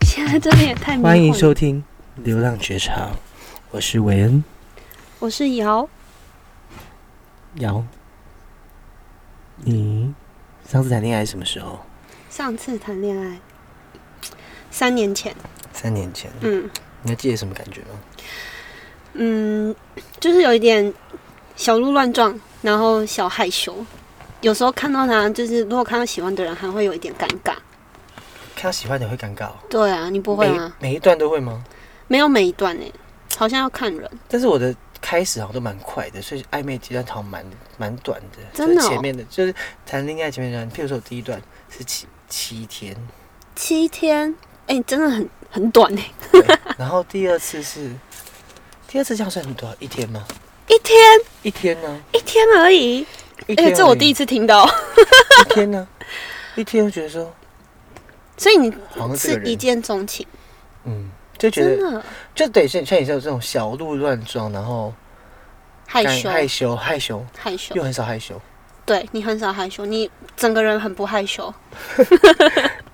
真的也太迷欢迎幻了收听《流浪觉察》，我是韦恩我是瑶，瑶。你上次谈恋爱什么时候？上次谈恋爱三年前，三年前。嗯你还记得什么感觉吗？嗯，就是有一点小鹿乱撞，然后小害羞。有时候看到他，就是如果看到喜欢的人，还会有一点尴尬。看到喜欢的会尴尬、哦，对啊，你不会吗？每每一段都会吗？没有每一段呢、好像要看人。但是我的开始好像都蛮快的，所以暧昧阶段好像蛮蛮短的。真的哦就是前面的就是谈恋爱前面的，譬如说我第一段是七七天，七天，哎、真的很很短哎、 然后第二次是第二次这样算很短，一天吗？一天一天呢、一天而已。一哎、天而已、这我第一次听到。 一天呢、一天就觉得说所以你好像这个是一人，见钟情，嗯，就觉真得的就对，像像你这种这种小鹿乱撞，然后害尴羞害羞害羞，害羞。又很少害羞，对你很少害羞，你整个人很不害羞。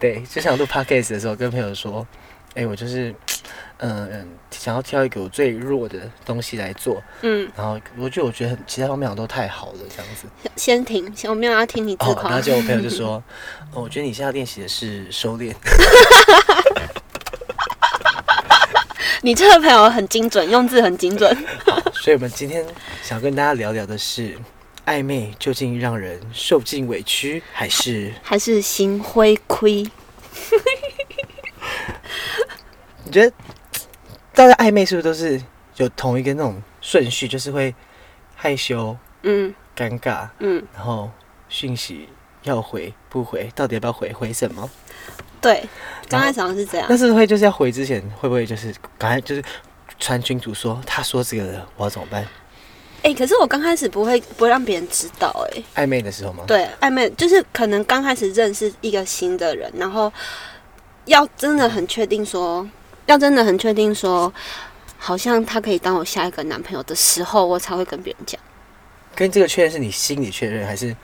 对，就想录 podcast 的时候跟朋友说，哎、我就是。嗯嗯，想要挑一个我最弱的东西来做，嗯，然后我就我觉得很其他方面好像都太好了，这样子。先停，先我没有要听你自哦，夸。然后结果我朋友就说， 哦，我觉得你现在练习的是收敛， 你这个朋友很精准，用字很精准。 所以我们今天想跟大家聊聊的是，暧昧究竟让人受尽委屈，还是还是行灰亏？你觉得大家暧昧是不是都是有同一个那种顺序，就是会害羞、嗯尴尬，嗯，然后讯息要回不回，到底要不要回，回什么？对，刚开始好像是这样但。是会就是要回之前，会不会就是赶快就是传群主说他说这个了，我要怎么办？哎、可是我刚开始不会不会让别人知道、哎，暧昧的时候吗？对，暧昧就是可能刚开始认识一个新的人，然后要真的很确定说，要真的很确定说，好像他可以当我下一个男朋友的时候，我才会跟别人讲。跟这个确认是你心里确认，还是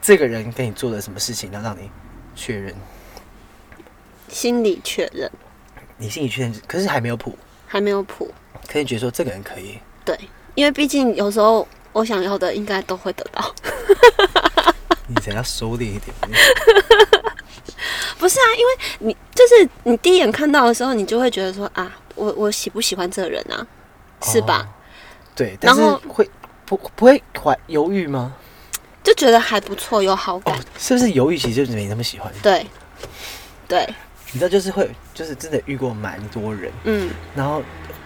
这个人跟你做了什么事情，然后让你确认？心理确认你心里确认，可是还没有谱，还没有谱，可以觉得说这个人可以。因为毕竟有时候我想要的应该都会得到。 你才要收敛一点，不是啊，因为你就是你第一眼看到的时候，你就会觉得说啊，我我喜不喜欢这个人啊，是吧？哦对，但然是后会不不会怀犹豫吗？就觉得还不错，有好感，哦，是不是犹豫其实就没那么喜欢？对，对，你知道，就是会，就是真的遇过蛮多人，嗯然后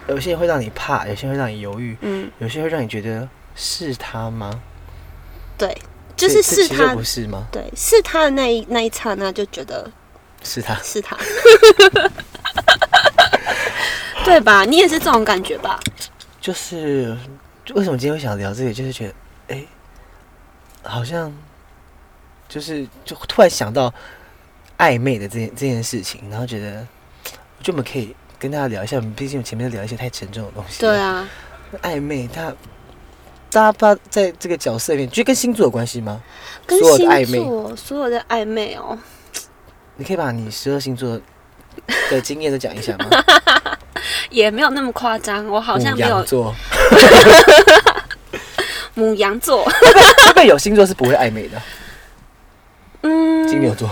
有些人会让你怕，有些人会让你犹豫，嗯，有些会让你觉得是他吗？对，就是这是这其实他不，是吗？对，是他的那一那一刹那就觉得是他，是他， 对吧？你也是这种感觉吧？就是为什么今天会想聊这个，就是觉得，哎、好像就是就突然想到暧昧的这件这件事情，然后觉得，我觉得我们可以跟大家聊一下，我们毕竟前面聊一些太沉重的东西。对，啊，暧昧它，大家不知道在这个角色里面，觉得跟星座有关系吗？跟所有的星暧昧座所有的暧昧哦，你可以把你十二星座的经验都讲一下吗？也没有那么夸张，我 好像母没有羊座，母羊座，会不会有星座是不会暧昧的？嗯，金牛座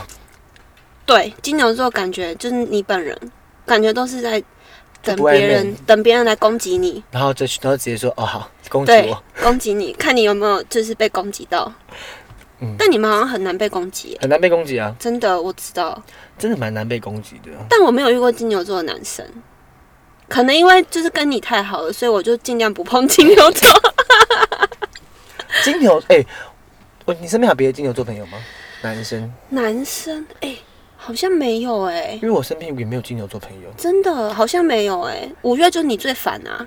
对金牛座感觉就是你本人，感觉都是在就等不暧别人昧，等别人来攻击你，然后就然后直接说哦好，攻击对我，，攻击你， 看你有没有就是被攻击到。嗯但你们好像很难被攻击耶，很难被攻击啊。真的我知道，真的蛮难被攻击的。但我没有遇过金牛座的男生，可能因为就是跟你太好了，所以我就尽量不碰金牛座。 金牛，哎、我你身边还有别的金牛座朋友吗？男生，男生哎、好像没有哎、因为我身边也没有金牛座朋友，真的好像没有哎、五月就你最烦啊，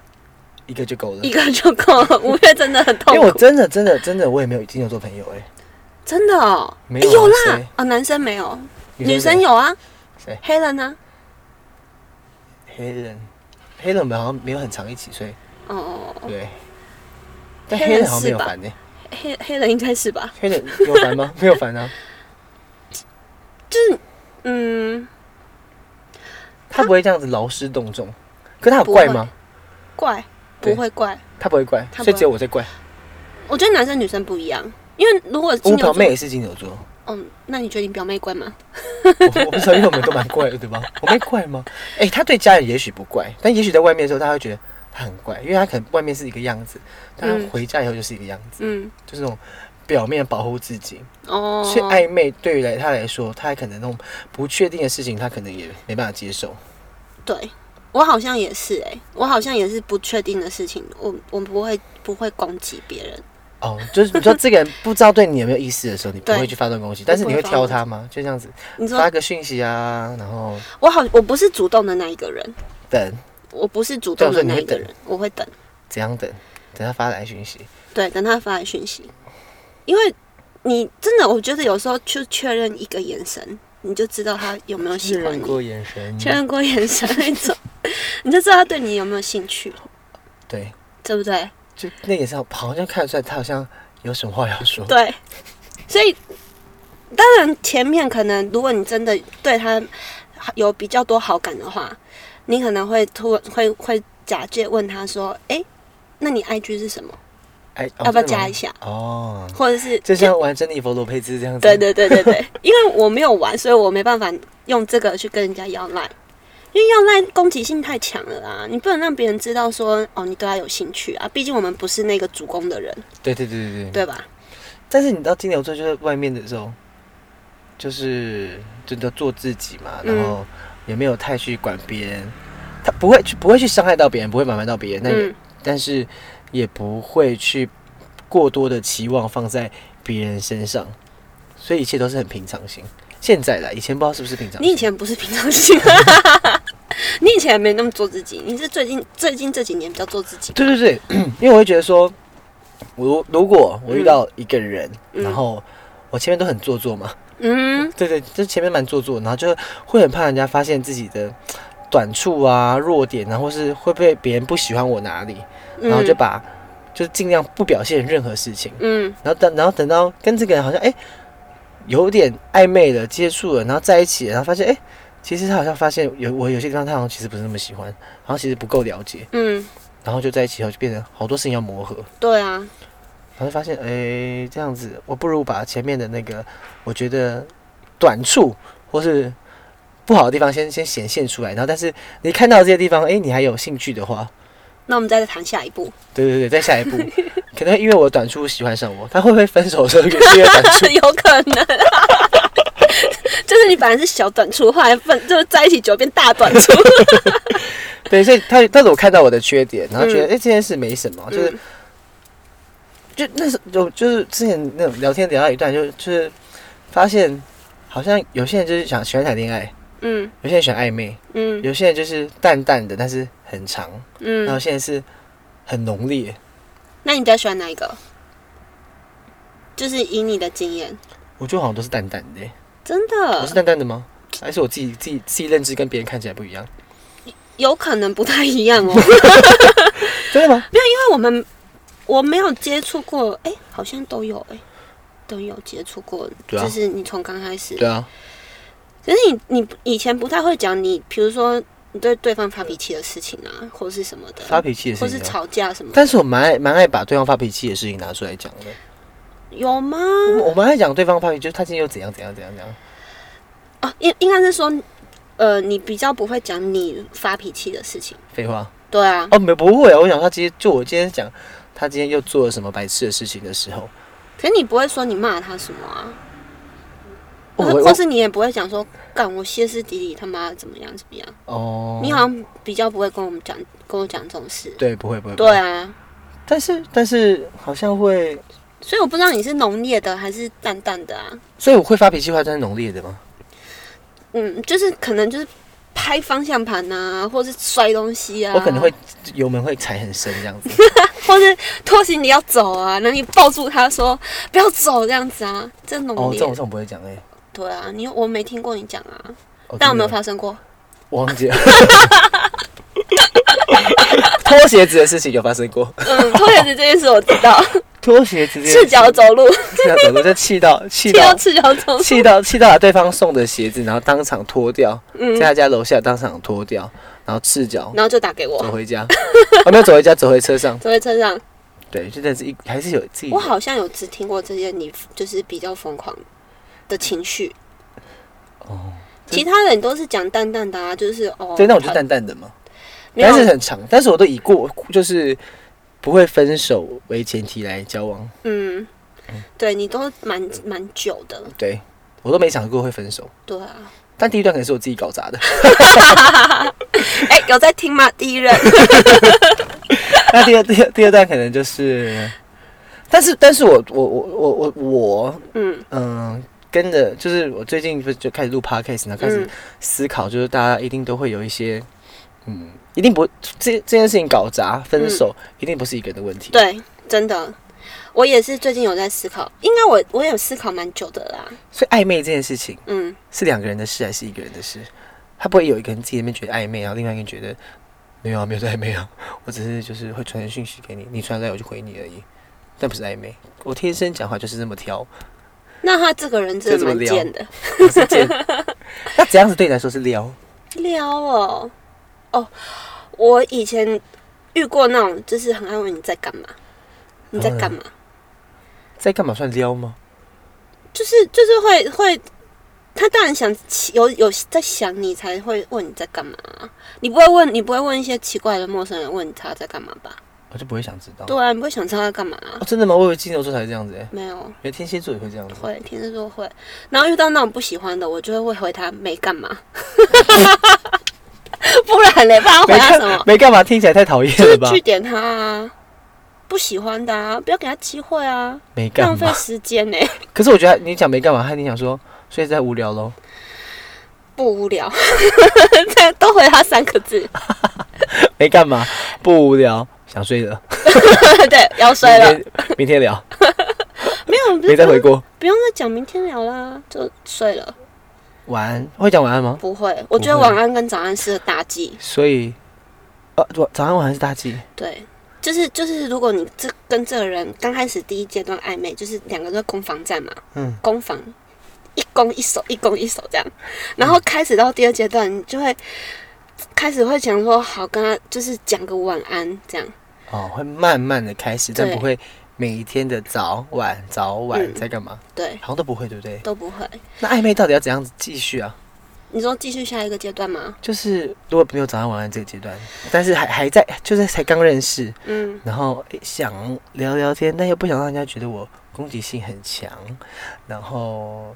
一个就够了。一个就够了。五月真的很痛因为我苦，真的真的真的我也没有金牛座朋友、哎，真的哦，没有啊哎啦谁哦，男生没有，有女生有啊谁，黑人呢、黑人，黑人我们好像没有很常一起，所以啊？哦，对。但黑黑人人好像没有是吧烦呢、黑黑人应该是吧？黑人有烦吗？没 有烦啊，就是嗯，他不会这样子劳师动众，可他有怪吗？怪对不会怪，他不会怪，他不所会以只有我在怪。我觉得男生女生不一样，因为如果金我牛表座妹，也是金牛座，嗯，那你觉得你表妹怪吗？ 我我不知道，因为我们都蛮怪的，对吧？我妹怪吗？哎、他对家人也许不怪，但也许在外面的时候，他会觉得他很怪，因为他可能外面是一个样子，但他嗯回家以后就是一个样子，嗯，就是那种表面保护自己。哦，所以暧昧对于来他来说，他可能那种不确定的事情，他可能也没办法接受。对我好像也是哎、我好像也是不确定的事情，我我不会不会攻击别人，哦，就是你说这个人不知道对你有没有意思的时候，你不对会去发动攻击，但是你会挑他吗？就这样子你说发个讯息啊，然后我好我不是主动的那一个人，等我不是主动的那一这个样说你会人，我会等，怎样等，等他发来讯息。对，等他发来讯息，因为你真的我觉得有时候去确认一个眼神，你就知道他有没有喜欢你。过眼神确认过眼神那种， 你就知道他对你有没有兴趣，对，对不对？就那眼神好好像看得出来，他好像有什么话要说。对，所以当然前面可能如果你真的对他有比较多好感的话，你可能会突然会会假借问他说：“哎、那你 IG 是什么？哎，哦要不要真的吗加一下哦，或者是就像玩珍妮佛罗佩兹这样子。对对对对对，因为我没有玩，所以我没办法用这个去跟人家要赖，因为要赖攻击性太强了啦，你不能让别人知道说哦你对他有兴趣啊，毕竟我们不是那个主攻的人，对对对对对。对吧？但是你到金牛座就是外面的时候，就是真的做自己嘛，嗯然后也没有太去管别人，他不会去不会去伤害到别人，不会麻烦到别人，那也、嗯但是也不会去过多的期望放在别人身上，所以一切都是很平常心。现在啦，以前不知道是不是平常心。你以前不是平常心， 你以前没那么做自己，你是最近最近这几年比较做自己。对对对， 因为我会觉得说，我如如果我遇到一个人，嗯然后我前面都很做作嘛，嗯，对对，就前面蛮做作，然后就会很怕人家发现自己的短处啊、弱点啊，或是会被别人不喜欢我哪里，然后就把、就尽量不表现任何事情，嗯然后等然后等到跟这个人好像哎有点暧昧了、接触了，然后在一起了，然后发现哎。其实他好像发现有我有些地方他好像其实不是那么喜欢，然后其实不够了解，嗯，然后就在一起以后就变成好多事情要磨合，对啊，然后就发现，哎、这样子，我不如把前面的那个我觉得短处或是不好的地方先先显现出来，然后但是你看到这些地方，哎、你还有兴趣的话，那我们再谈下一步，对对对，再下一步，可能因为我的短处喜欢上我，他会不会分手的时候也是因为短 处？有可能。就是你本来是小短处，后来分就是在一起久变大短处。对，所以他但是我看到我的缺点，然后觉得哎、诶这件事没什么，就是、嗯就那时候就就是之前那种聊天聊到一段，就就是发现好像有些人就是想喜欢谈恋爱， 嗯有些人喜欢暧昧，嗯有些人就是淡淡的，但是很长，然后嗯，现在是很浓烈。那你比较喜欢哪一个？就是以你的经验，我觉得好像都是淡淡的、欸，真我是的淡淡的吗？还是我自己自己自己认知跟别人看起来不一样？有可能不太一 样哦。真的吗？因为我们我没有接触过，哎、好像都有哎、都有接触过，对啊就是你从刚开始，对啊，可是你你以前不太会讲你，比如说你对对方发脾气的事情啊，或是什么的，发脾气的或事是情啊。吵架什么的，但是我蛮爱蛮爱把对方发脾气的事情拿出来讲的。有吗？我我蛮爱讲对方发脾气，就是他今天又怎样怎样怎样怎样。哦，应应该是说，呃，你比较不会讲你发脾气的事情，废话对啊，哦，没不会啊，我想他今天就我今天讲他今天又做了什么白痴的事情的时候，可是你不会说你骂他什么啊。我或我嗯或是你也不会讲说，干我歇斯底里，他妈的怎么样怎么样？哦，你好像比较不会跟我们讲，跟我讲这种事。对不会不会，不会对啊，但是但是好像会，所以我不知道你是浓烈的还是淡淡的啊。所以我会发脾气的话，就是浓烈的吗？嗯，就是可能就是拍方向盘啊，或是摔东西啊，我可能会，油门会踩很深这样子。或是拖行李要走啊，然后你抱住他说不要走这样子啊，这浓哦，烈。这种这种不会讲哎、欸。对啊，你我没听过你讲啊，哦但我没有真的发生过。 我忘记了。脱鞋子的事情有发生过，嗯，拖鞋子这件事我知道，拖鞋直接赤脚走 路，赤脚走路，就气到气踢到到赤脚走 路，气到气到把对方送的鞋子，然后当场脱掉，在嗯，他家楼下当场脱掉，然后赤脚然后就打给走我，回家，哦，没有走回家，走回车上。坐在车上。对，就但是一还是有自己我好像有只听过这些，你就是比较疯狂的情绪。哦，其他人都是讲淡淡的啊，就是哦，对，那我就淡淡的嘛。没有但是很长，但是我都以过就是不会分手为前提来交往，嗯，对你都蛮蛮久的，对我都没想过会分手。对啊。但第一段可能是我自己搞 砸的，哎、有在听吗？第一任，那第二第二第二段可能就是，但是但是我我我我我我嗯嗯。跟着就是我最近不是就开始录 podcast，然后开始嗯思考，就是大家一定都会有一些，嗯，一定不这这件事情搞砸分手，一定不是一个人的问嗯题。对，真的，我也是最近有在思考，应该我我有思考蛮久的啦，所以暧昧这件事情嗯，是两个人的事还是一个人的事？他不会有一个人自己在那边觉得暧昧，然后另外一个人觉得没有啊，没有在暧昧啊，我只是就是会传讯息给你，你传来我就回你而已，但不是暧昧。我天生讲话就是这么挑，那他这个人真的蛮贱的，我 是贱。那怎样子对你来说是撩？撩哦，哦，我以前遇过那种，就是很爱问你在干嘛，你在嗯干嘛，在干嘛算撩吗？就是就是会会，他当然想起有有在想你才会问你在干嘛啊、你不会问你不会问一些奇怪的陌生人问他在干嘛吧？我就不会想知道。对啊，你不会想知道他在干嘛啊、哦，真的吗？我以为金牛座才是这样子哎、欸，没有原来天蝎座也会这样子。会，天蝎座会，然后遇到那种不喜欢的，我就会回他没干嘛， 不然嘞，不然回没他什么干？没干嘛，听起来太讨厌就了是吧？据点他啊，不喜欢的啊，不要给他机会啊，没干浪费嘛。时间呢、可是我觉得你讲没干嘛，害你想说，所以在无聊喽。不无聊， 这都回他三个字， 没干嘛，不无聊，想睡了。对，要明睡了，天明天聊，没有，不没是再不回用过。不用再讲明天聊啦，就睡了，晚安，会讲晚安吗？不会，我觉得不会晚安跟早安是个大忌，所以，呃，早早安晚安是大忌。对。就是就是，如果你这跟这个人刚开始第一阶段暧昧，就是两个都在攻防战嘛，嗯，攻防一攻一守，一攻一守这样，然后开始到第二阶段，你就会开始会想说，好，跟他就是讲个晚安这样，哦，会慢慢的开始，但对不会每一天的早晚早晚嗯在干嘛，对，好像都不会，对不对？都不会。那暧昧到底要怎样子继续啊？你说继续下一个阶段吗？就是如果没有早安晚安这个阶段，但是还还在，就是才刚认识，嗯，然后诶想聊聊天，但又不想让人家觉得我攻击性很强，然后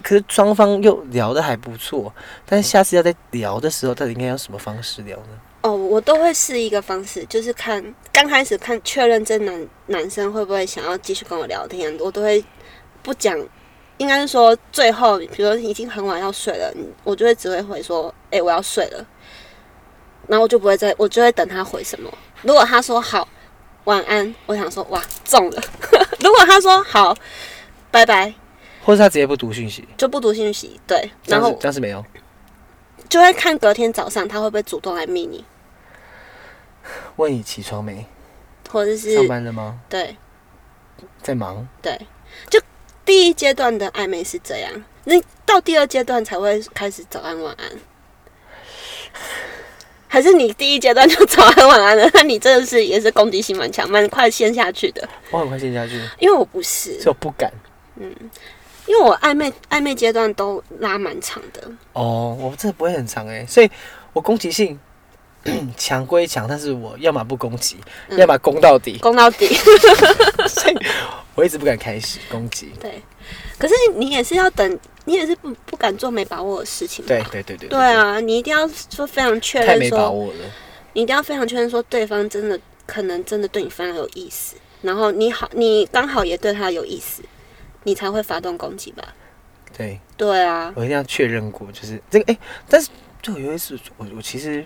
可是双方又聊得还不错，但是下次要在聊的时候，到底应该用什么方式聊呢？哦，我都会试一个方式，就是看刚开始看确认这男男生会不会想要继续跟我聊天，我都会不讲。应该是说最后，比如说已经很晚要睡了，你我就会只会回说：“哎、我要睡了。”然后我就不会再，我就会等他回什么。如果他说好，晚安，我想说哇中了。 如果他说好，拜拜，或者他直接不读讯息，就不读信息。对，这然样后是这样是没有。就会看隔天早上他会不会主动来密你，问你起床没？或者是上班了吗？对在忙？对，就第一阶段的暧昧是这样，你到第二阶段才会开始早安晚安， 还是你第一阶段就早安晚安了？ 那你真的是也是攻击性蛮强，蛮快陷下去的。我很快陷下去，因为我不是，是我不敢。因为我暧昧暧昧阶段都拉蛮长的，哦，我真的不会很长哎、所以我攻击性强归强，但是我要么不攻击，嗯要么攻到底， 攻到底。 所以我一直不敢开始攻击。可是你也是要等，你也是不不敢做没把握的事情吧？对对对对，对啊，你一定要说非常确太认没说把握了。你一定要非常确认说对方真的可能真的对你非常有意思，然后你好，你刚好也对他有意思，你才会发动攻击吧？对，对啊，我一定要确认过，就是这个哎、但是对我有意思，我我其实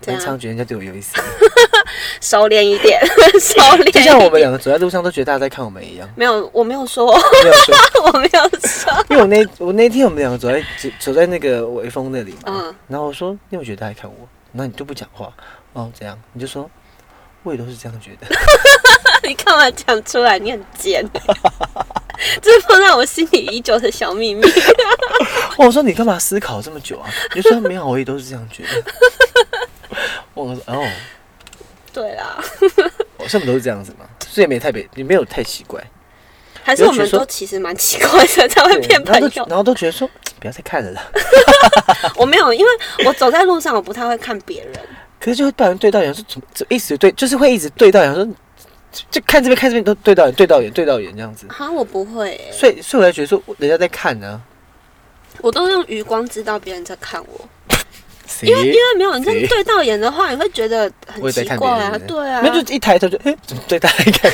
这蛮常样觉得人家对我有意 思，收敛一 点，收敛一点。就像我们两个走在路上都觉得大家在看我们一样。没有，我没有说，没有说，我没有说，因为我那我那天我们两个走在走走在那个微风那里嘛，嗯然后我说你有觉得他在看我，然后你就不讲话，哦，这样你就说我也都是这样觉得，你干嘛讲出来？你很 贱，这放在我心里已久的小秘密。哦我说你干嘛思考这么久啊？你就说没有，我也都是这样觉得。 我说哦，对啊啦，我是不是都是这样子嘛？所以也没太别，也没有太奇怪。还是我们都其实蛮奇怪的，才会对变朋然后都友。然后都觉得说不要再看了啦。我没有，因为我走在路上，我不太会看别人。可是就会到人对到眼，说怎么怎么一直对，就是会一直对到眼，说就就看这边看这边都对到眼，对到眼，对到眼这样子。好像我不会欸、所以所以我才觉得说人家在看啊呢、我都用余光知道别人在看我，谁因为因为没有人在谁对到眼的话，你会觉得我很也在奇看别怪人啊，对不对啊。那就一抬头就哎、诶怎么对大家 看？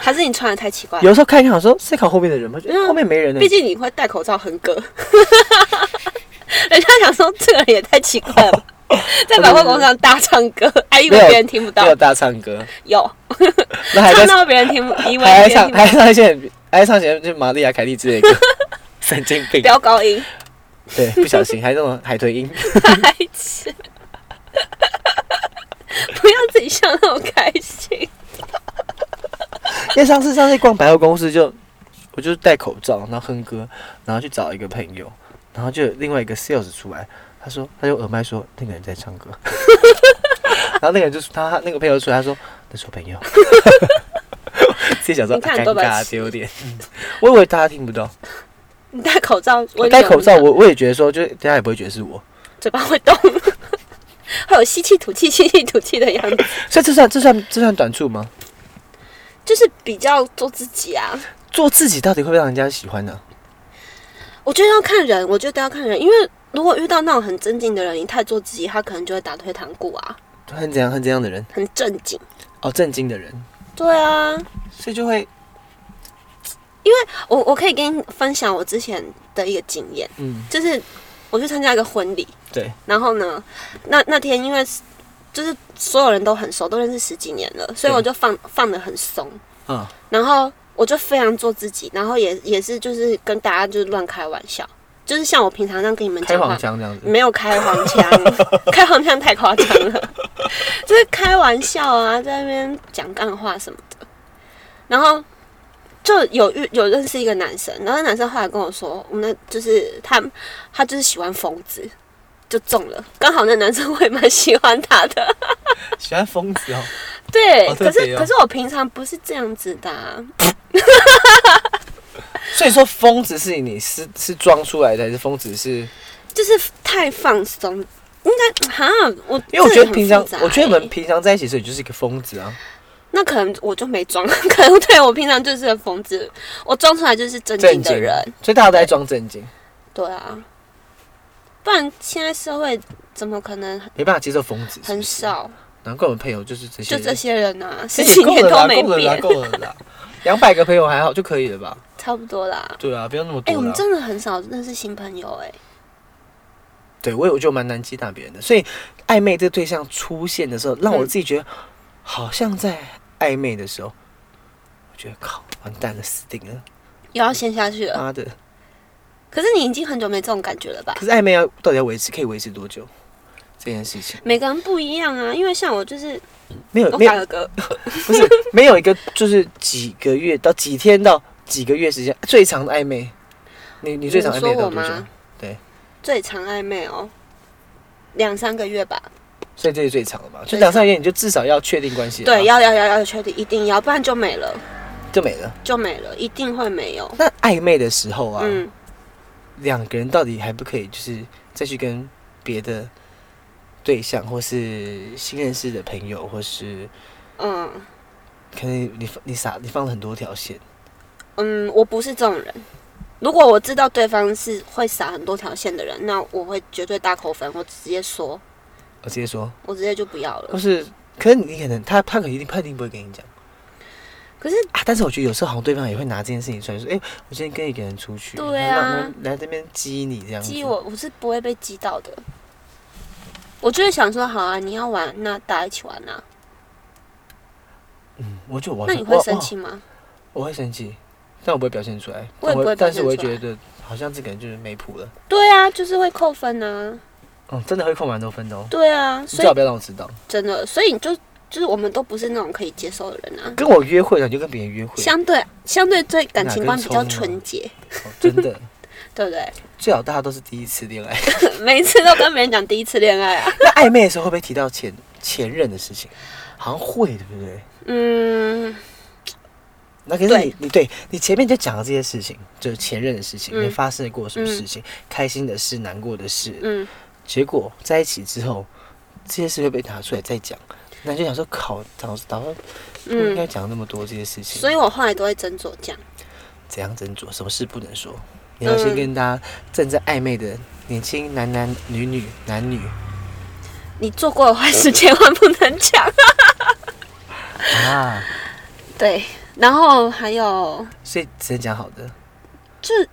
还是你穿的太奇怪了，有时候看一看，我说思考后面的人吗？就诶后面没人呢嗯毕。竟你会戴口罩横隔， 人家想说这个人也太奇怪 了吧，在百货广场大唱歌，还以为没有别人听不到没有，大唱歌，有那还在唱到别人听， 以为还别人在听唱不到还在唱一些很还在唱一些就是玛丽亚凯莉之类 的歌，神经病。飙高 音， 对，不小心还那种海豚音。白痴，不要自己笑那么开心。因为上次上次逛百货公司就，我就戴口罩，然后哼歌，然后去找一个朋友，然后就有另外一个 sales 出来，他说他就耳麦说那个人在唱歌， 然后那个人就他他那个朋友出来，他说那是我朋友， 自己想说你看啊多尴白尬痴丢脸， 我以为大家听不到，你戴口罩，我戴口罩有我我也觉得说就是大家也不会觉得是我，嘴巴会动， 会有吸气吐气、吸气吐气的样子，所以这算这算这算短处吗？就是比较做自己啊。做自己到底会不会让人家喜欢呢、我觉得要看人，我觉得要看人，因为如果遇到那种很正经的人，你太做自己，他可能就会打退堂鼓啊，很怎样很怎样的人很正经。哦，震惊的人，对啊，所以就会我我可以跟你分享我之前的一个经验，嗯就是我去参加一个婚礼，对然后呢，那那天因为是就是所有人都很熟，都认识十几年了，所以对我就放放的很松，嗯然后我就非常做自己，然后也也是就是跟大家就是乱开玩笑，就是像我平常这样跟你们开讲话黄，腔这样子。没有开黄腔， 开黄腔太夸张了， 就是开玩笑啊，在那边讲干话什么的。然后就有遇有认识一个男生，然后那男生后来跟我说，我们的就是他他就是喜欢疯子，就中了。刚好那男生我也蛮喜欢他的，喜欢疯子哦，对，好特可别是哦可是我平常不是这样子的啊、所以说疯子是你是是装出来的，还是疯子是？就是太放松。应该哈，我因为我这个觉得很平常复杂，我觉得你欸们平常在一起的时候，你就是一个疯子啊，那可能我就没装， 可能对我平常就是个疯子，我装出来就是正经的人。所以大家都在装正经，对啊，不然现在社会怎么可能没办法接受疯子，是很不是。少？难怪我们朋友就是这些就人，这些人啊，十哎几年够了都啦没够了啦变，够了啦，两百个朋友还好就可以了吧？差不多啦。对啊，不要那么多哎、啦。我们真的很少认识新朋友哎、对我也我就蛮难接纳别人的，所以暧昧这个对象出现的时候，让我嗯自己觉得好像在暧昧的时候，我觉得靠，完蛋了，死定了，又要陷下去了。妈的！可是你已经很久没这种感觉了吧？可是暧昧要到底要维持，可以维持多久？这件事情每个人不一样啊，因为像我就是没有我没打有了嗝，不 是没有一个就是几个月到几天到几个月时间最长的暧昧，你你最长暧说昧我到多久？吗？对，最长暧昧哦，两三个月吧。所以这是最长的嘛？就最两三个月你就至少要确定关系了吧，对，要要要要确定，一定要，不然就没了。就没了。就没了，一定会没有。那暧昧的时候啊，嗯，两个人到底还不可以就是再去跟别的对象或是新认识的朋友，或是嗯可能你放你撒你放了很多条线，嗯，我不是这种人。如果我知道对方是会撒很多条线的人，那我会绝对大扣分，我直接说，我直接说，我直接就不要或了。是可是你可能他他肯定他一定不会跟你讲。可是啊，但是我觉得有时候好像对方也会拿这件事情出来说，哎、我今天跟一个人出去，对然后啊让来这边激你这样子，激我，我是不会被激到的。我就是想说，好啊，你要玩，那大家一起玩啊。嗯，我就我那你会生气吗？我，我会生气，但我不会表现出来，我也不会表但现是我会出来觉得好像这个人就是没谱了，对啊，就是会扣分啊。嗯，真的会扣蛮多分的哦，对啊，你所最好以不要让我知道，真的，所以你就就是我们都不是那种可以接受的人啊。跟我约会的你就跟别人约会，相对相对对感情观比较哪根葱啊纯洁，哦真的 对不对？最好大家都是第一次恋爱。 每一次都跟别人讲第一次恋爱啊。那暧昧的时候会不会提到前前任的事情？好像会，对不对？嗯，那可是对你，你对你前面就讲了这些事情，就是前任的事情，嗯你发生过什么事情，开心的事、难过的事，嗯，结果在一起之后，这些事会被拿出来再讲，那你就想说，靠，早早上不应该讲那么多这些事嗯情，所以我后来都会斟酌讲。怎样斟酌，什么事不能说？你要嗯先跟大家正在暧昧的年轻男男女女男女你做过的坏事千万不能讲。啊，对，然后还有所以只能讲好的。就是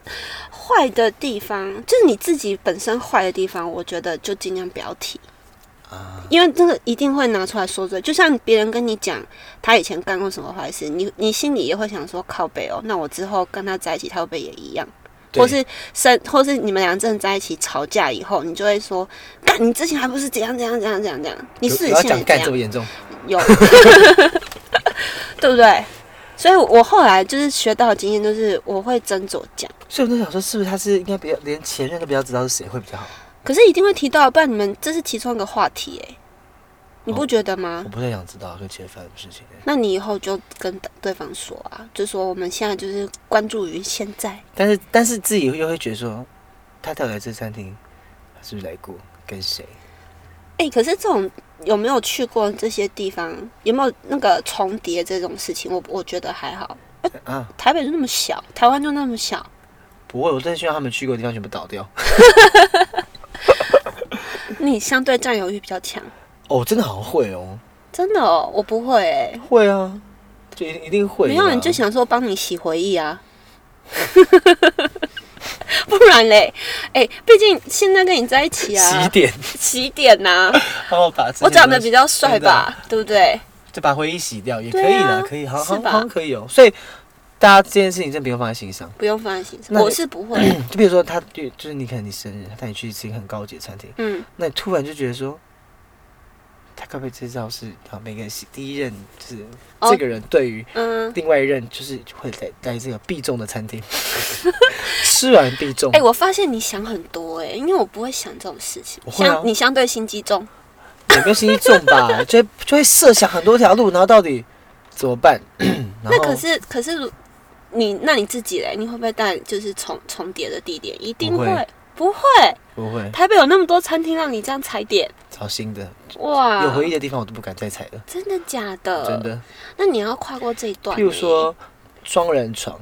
坏的地方，就是你自己本身坏的地方，我觉得就尽量不要提。啊因为这个一定会拿出来说嘴，就像别人跟你讲他以前干过什么坏事，你你心里也会想说靠背哦，那我之后跟他在一起，他会不会也一样？对或是生，或是你们俩真的在一起吵架以后，你就会说，干你之前还不是怎样怎样怎样怎样怎样，你有是有要现在讲也干样这么严重？有， 对不对？所以我后来就是学到的经验，就是我会斟酌讲，所以我就想说，是不是他是应该比较连前任都比较知道是谁会比较好？可是一定会提到，不然你们这是其中一个话题哎、你哦不觉得吗我？不太想知道跟前任发生的事情。那你以后就跟对方说啊，就说我们现在就是关注于现在，但是但是自己又会觉得说，他到底来这餐厅，他是不是来过？跟谁？哎、可是这种有没有去过这些地方，有没有那个重叠这种事情，我我觉得还好。啊，台北就那么小，台湾就那么小，不会，我真的希望他们去过的地方全部倒掉。 你相对占有欲比较强，哦，真的好会哦，真的哦，我不会哎、会啊，就一定一定会的没啊。有，你就 想说帮你洗回忆啊。 不然嘞，哎、毕竟现在跟你在一起起啊，点，起点呐、 然后把之前我长得比较帅真的啊，吧，对不对？就把回忆洗掉也可对以啊啦，可以，好是好吧好像可以哦。所以大家这件事情真的不用放在心上。不用放在心上，那你我是不 会。就比如说他，就就是你可能你生日，他带你去吃一个很高级的餐厅，嗯，那你突然就觉得说，他该不会知道是啊每个人喜第一任就是哦这个人对于嗯，另外一任就是会在在这个必中的 餐厅，吃完必中。哎、我发现你想很多哎、因为我不会想这种事情，我会啊相你相对心机重，有没有心机重吧？就会就会设想很多条路，然后到底怎么办？然那后可是可是如你那你自己嘞，你会不会带就是重重叠的地点？一定不会会，不会。我会台北有那么多餐厅让你这样踩点，找新的，哇，有回忆的地方我都不敢再踩了，真的假的？真。的。那你要跨过这一段、欸譬如，说双人床，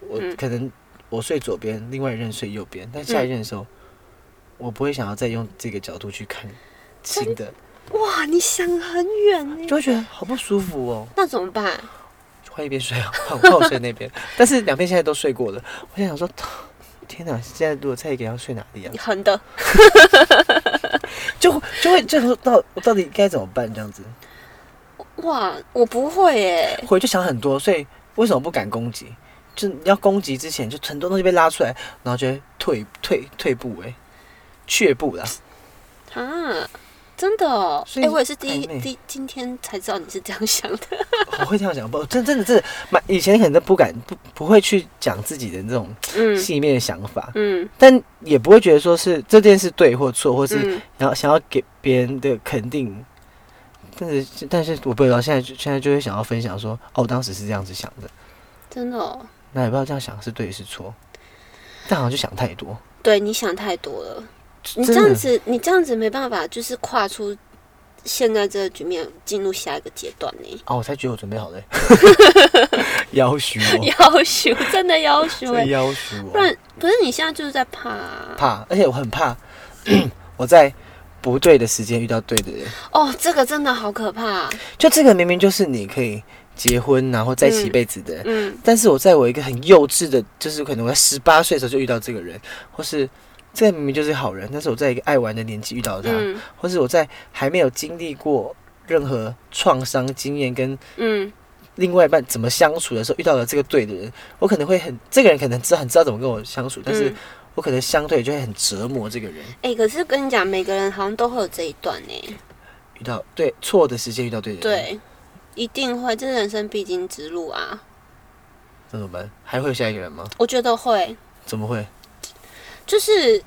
我嗯可能我睡左边，另外一任睡右边，但下一任的时候，我不会想要再用这个角度去看新的，哇，你想很远呢，就会觉得好不舒服哦。那怎么办？换一边睡啊， 换换我睡那边，但是两边现在都睡过了。我在想说， 天哪，现在如果再给他睡哪里啊你？横的，就就会就说到我到底该怎么办这样子，哇，我不会欸耶，回去想很多，所以为什么不敢攻击？就你要攻击之前，就很多东西被拉出来，然后就会退退退步、欸，哎，却步啦。啊，真的哦，哎、所以我也是第一暧昧第今天才知道你是这样想 的，我会这样讲，不，真真的真的，蛮以前可能都不敢不不会去讲自己的这种嗯细面的想法，嗯但也不会觉得说是这件事对或错，或是嗯，然后想要给别人的肯定。但是但是我不知道，现在就现在就会想要分享说，哦，我当时是这样子想的，真的哦，那也不知道这样想是对是错，但好像就想太多，对你想太多了，你这真样的子，你这样子没办法，就是跨出现在这个局面，进入下一个阶段呢。哦，我才觉得我准 备好了、 要许我，要求真的 要求真哎，要许我，不然不是你现在就是在怕、啊、怕，而且我很怕 我在不对的时间遇到对的人。哦，这个真的好可怕、啊 就这个明明就是你可以结婚然后在一起一辈子的人，嗯但是我在我一个很幼稚的，就是可能我在十八岁的时候就遇到这个人，或是这个明明就是好人，但是我在一个爱玩的年纪遇到他，嗯或是我在还没有经历过任何创伤经验跟嗯，另外一半怎么相处的时候遇到了这个对的人，我可能会很这个人可能知道很知道怎么跟我相处，但是嗯我可能相对就会很折磨这个人。哎、可是跟你讲，每个人好像都会有这一段呢、遇到对错的时间遇到对的人，，对，一定会，这是人生必经之路啊，那怎么办？还会有下一个人吗？我觉得会，怎么会？就是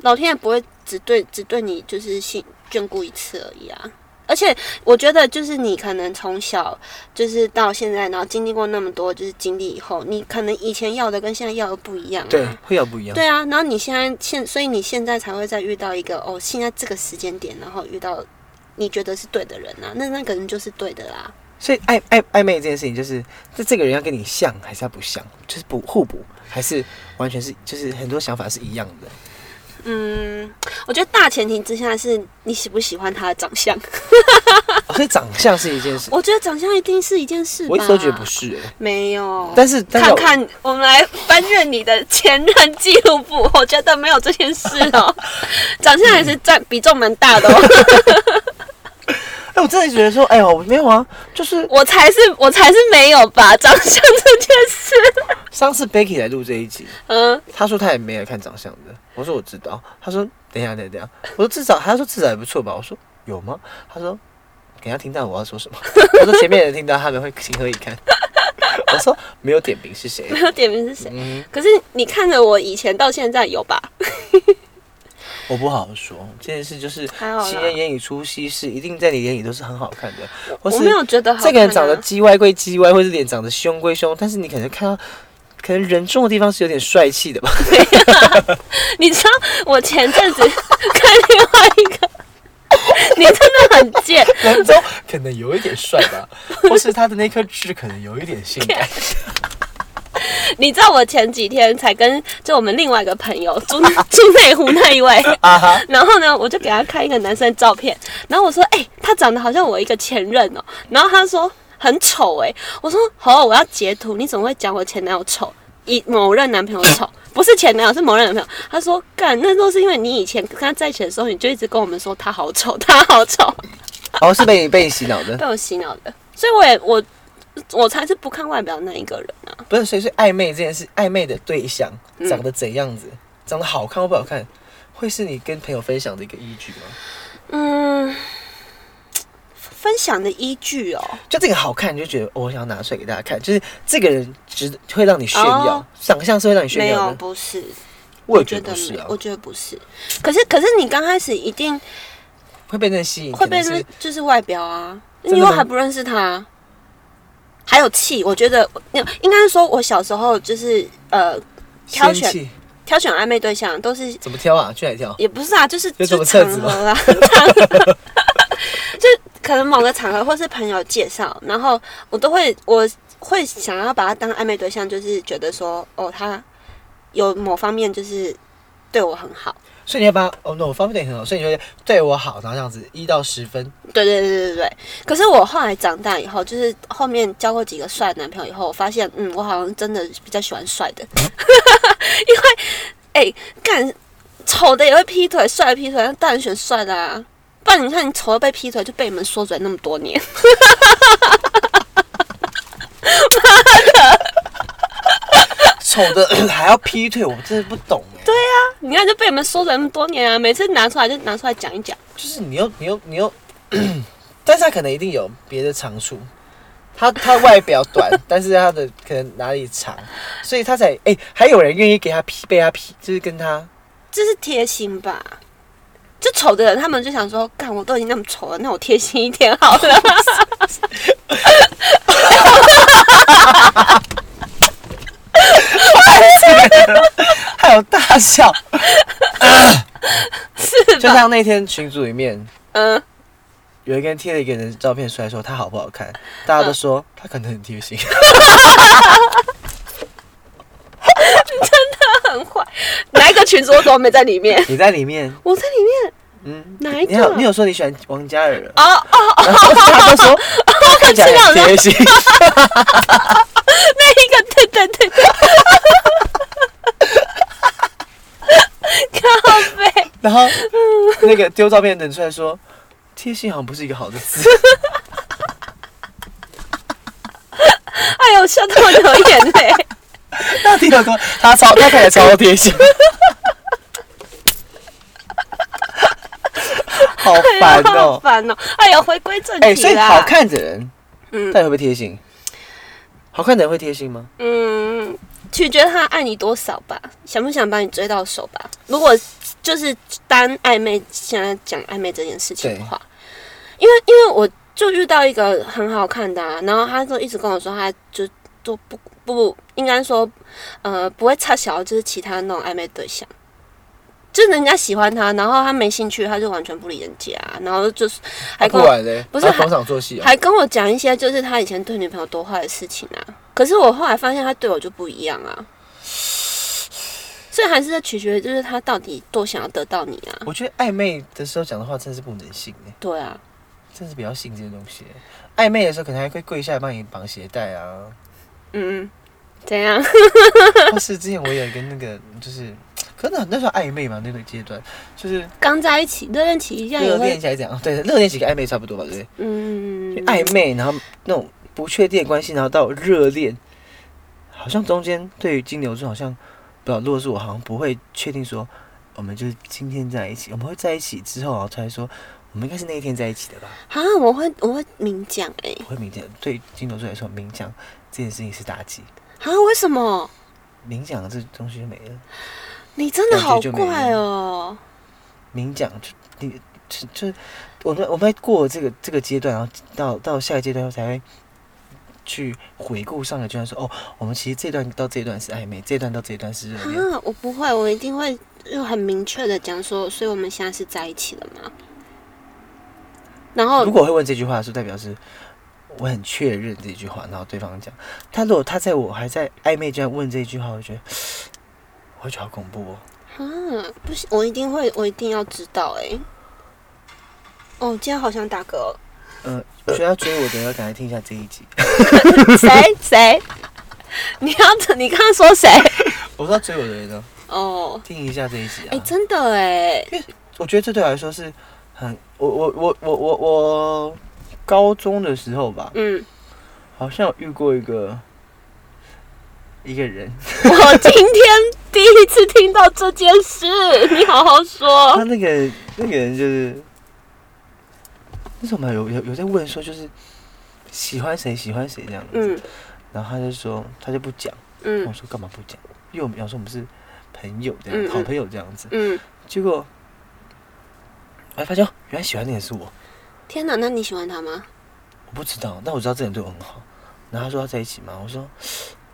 老天爷不会只对只对你就是信眷顾一次而已啊。而且我觉得，就是你可能从小就是到现在，然后经历过那么多就是经历以后，你可能以前要的跟现在要的不一样、啊。对，会有不一样。对啊，然后你现在现，所以你现在才会再遇到一个哦，现在这个时间点，然后遇到你觉得是对的人啊，那那个人就是对的啦。所以暧暧暧昧这件事情，就是这这个人要跟你像，还是他不像，就是不互补，还是完全是就是很多想法是一样的。 嗯，我觉得大前提之下是你喜不喜欢他的长相。 哦所以长相是一件事，我觉得长相一定是一件事吧。我一直都觉得不是、欸没有。但是但是看看，我们来翻阅你的前任记录簿， 我觉得没有这件事 哦。长相还是占比重蛮大的嗯哦。哎、我真的觉得说，哎呦，我没有啊，就是 我才是我才是没有吧， 长相这件事。上次 Becky 来录这一集，嗯，他说他也没来看长相的，我说我知道，他说等一下等一下等一下，我说至少他说至少也不错吧，我说有吗？他说等一下听到我要说什么， 我说前面的人听到他们会情何以堪， 我说没有点名是谁？没有点名是谁。嗯，可是你看着我以前到现在有吧？我不好说这件事，就是还好啦新人眼里出西施，一定在你眼里都是很好看的，或我是没有觉得好看、啊。这个人长得鸡歪归鸡歪，或是脸长得凶归凶，但是你可能看到。可能人中的地方是有点帅气的吧， 你知道我前阵子 看另外一个， 你真的很贱。人中可能有一点帅 吧，或是他的那颗痣可能有一点性感。你知道我前几天才跟就我们另外一个朋友 住住内湖那一位，啊哈， 然后呢，我就给他看一个男生的照片，然后我说，哎、他长得好像我一个前任哦、然后他说很丑哎、我说好、我要截图，你怎么会讲我前男友丑？以某任男朋友 丑，不是前男友，是某任男朋友。他说干，那都是因为你以前跟他在一起的时候，你就一直跟我们说他好丑， 他好丑， 哦，是被你被你洗脑 的，被我洗脑的。所以我也我我才是不看外表那一个人啊。不是？所以是暧昧这件事，暧昧的对象长得怎样子，长得好看或不好看，会是你跟朋友分享的一个依据吗？嗯，分享的依据哦，就这个好看，你就觉得、哦我想要拿出来给大家看，就是这个人值得会让你炫耀，哦长相是会让你炫没耀有，的。不是，我我也觉得不是没有啊，我觉得不是。可是可是你刚开始一定会被那吸引，会被可能认是，就是外表啊，真的你又吗还不认识他，还有气。我觉得应该是说，我小时候就是呃挑选仙气挑选暧昧对象都是怎么挑啊？去哪里挑？也不是啊，就是有什就么场特质吗合啊， 场合就可能某个场合或是朋友介绍，然后我都会我会想要把他当暧昧对象，就是觉得说哦，他有某方面就是对我很好，所以你要把哦，那我方便很好，所以你就会对我好，然后这样子一到十分，对对对对对对。可是我后来长大以后，就是后面交过几个帅的男朋友以后，我发现，嗯，我好像真的比较喜欢帅的， 因为，哎、干丑的也会劈腿，帅的劈腿，那当然选帅的啊。不然你看，你丑的被劈腿，就被你们说出来那么多年。 丑的 还要劈腿，我真的不懂哎。对，你看，就被你们说出来那么多年啊！每次拿出来就拿出来讲一讲。就是你又你又你又， 但是他可能一定有别的长处，他他外表 短，但是他的可能哪里长，所以他才哎、还有人愿意给他劈，被他劈，就是跟他这是贴心吧？就丑的人，他们就想说，干我都已经那么丑了，那我贴心一点好了。 还有大笑，是 就吧？像那天群组里面嗯，有一个人贴了一个人的照片出来，说他好不好看，大家都说他可能很贴心， 很坏。哪一个群主我怎么没在里面？你在里面，我在里面。嗯，哪一个你有你有说你喜欢王嘉 尔，哦哦，然后他就说他看起来很贴心，那一个，对对对对。咖啡，然后那个丢照片的人出来说，贴心好像不是一个好的 词。哎呦，笑到我流眼泪。到底有多？他超他看起来 超贴心。好 烦好哦、烦哦！哎呀，回归正哎、所题以啦。好看的人，嗯到底会不会贴心？好看的人会贴心吗？嗯，取决他爱你多少吧，想不想把你追到手吧。如果就是单暧昧，现在讲暧昧这件事情的话，因为因为我就遇到一个很好看的、啊，然后他就一直跟我说，他就都不不应该说，呃，不会差小，就是其他那种暧昧对象。就是人家喜欢他，然后他没兴趣，他就完全不理人家，啊然后就是还跟我啊然嘞，不是他还逢场作戏啊？还跟我讲一些就是他以前对女朋友多坏的事情啊。可是我后来发现他对我就不一样啊，所以还是在取决于就是他到底多想要得到你啊。我觉得暧昧的时候讲的话真的是不能信哎、对啊，真的是不要信这些东西欸、暧昧的时候可能还会跪下来帮你绑鞋带啊，嗯，怎样？ 或是之前我也跟那个就是，可能那时候暧昧嘛，那个阶段就是刚在一起热恋期一样也热恋会，起来讲，对，热恋期跟暧昧差不多吧，对不对？嗯，暧昧，然后那种不确定的关系，然后到热恋，好像中间对于金牛座好像不知道，如果是我好像不会确定说我们就是今天在一起，我们会在一起之后，然后才说我们应该是那一天在一起的吧？啊，我会我会明讲哎、不会明讲，对金牛座来说，明讲这件事情是大忌，啊，为什么？明讲这东西就没了，你真的好感觉就没怪哦、明讲就你就就我们我们在过这个这个阶段，然后到到下一个阶段才会。去回顾上个阶段说，哦，我们其实这段到这段是暧昧，这段到这段是热恋，啊，我不会，我一定会就很明确的讲说，所以我们现在是在一起了嘛。然后如果我会问这句话，是代表是我很确认这句话，然后对方讲。他如果他在我还在暧昧阶段问这句话，我觉得我会觉得好恐怖哦。啊，不行，我一定会，我一定要知道哎、哦，今天好想打嗝、 哦。我呃觉得要追我的要赶快听一下这一集。谁谁？你要你刚刚说谁？我说要追我的人呢，哦，听一下这一集啊。哎、真的哎、我觉得这对我来说是很，我我我我我我高中的时候吧，嗯，好像有遇过一个一个人，我今天第一次听到这件事， 你好好他说。那个那个人就是，那时候我们有有有在问说，就是喜欢谁喜欢谁这样子，嗯然后他就说他就不讲，我嗯说干嘛不讲？因为我们要说我们是朋友这样，嗯嗯好朋友这样子，嗯，结果我还发现哦，原来喜欢那个人是我，天哪，那你喜欢他吗？我不知道，但我知道这个人对我很好，然后他说要在一起嘛，我说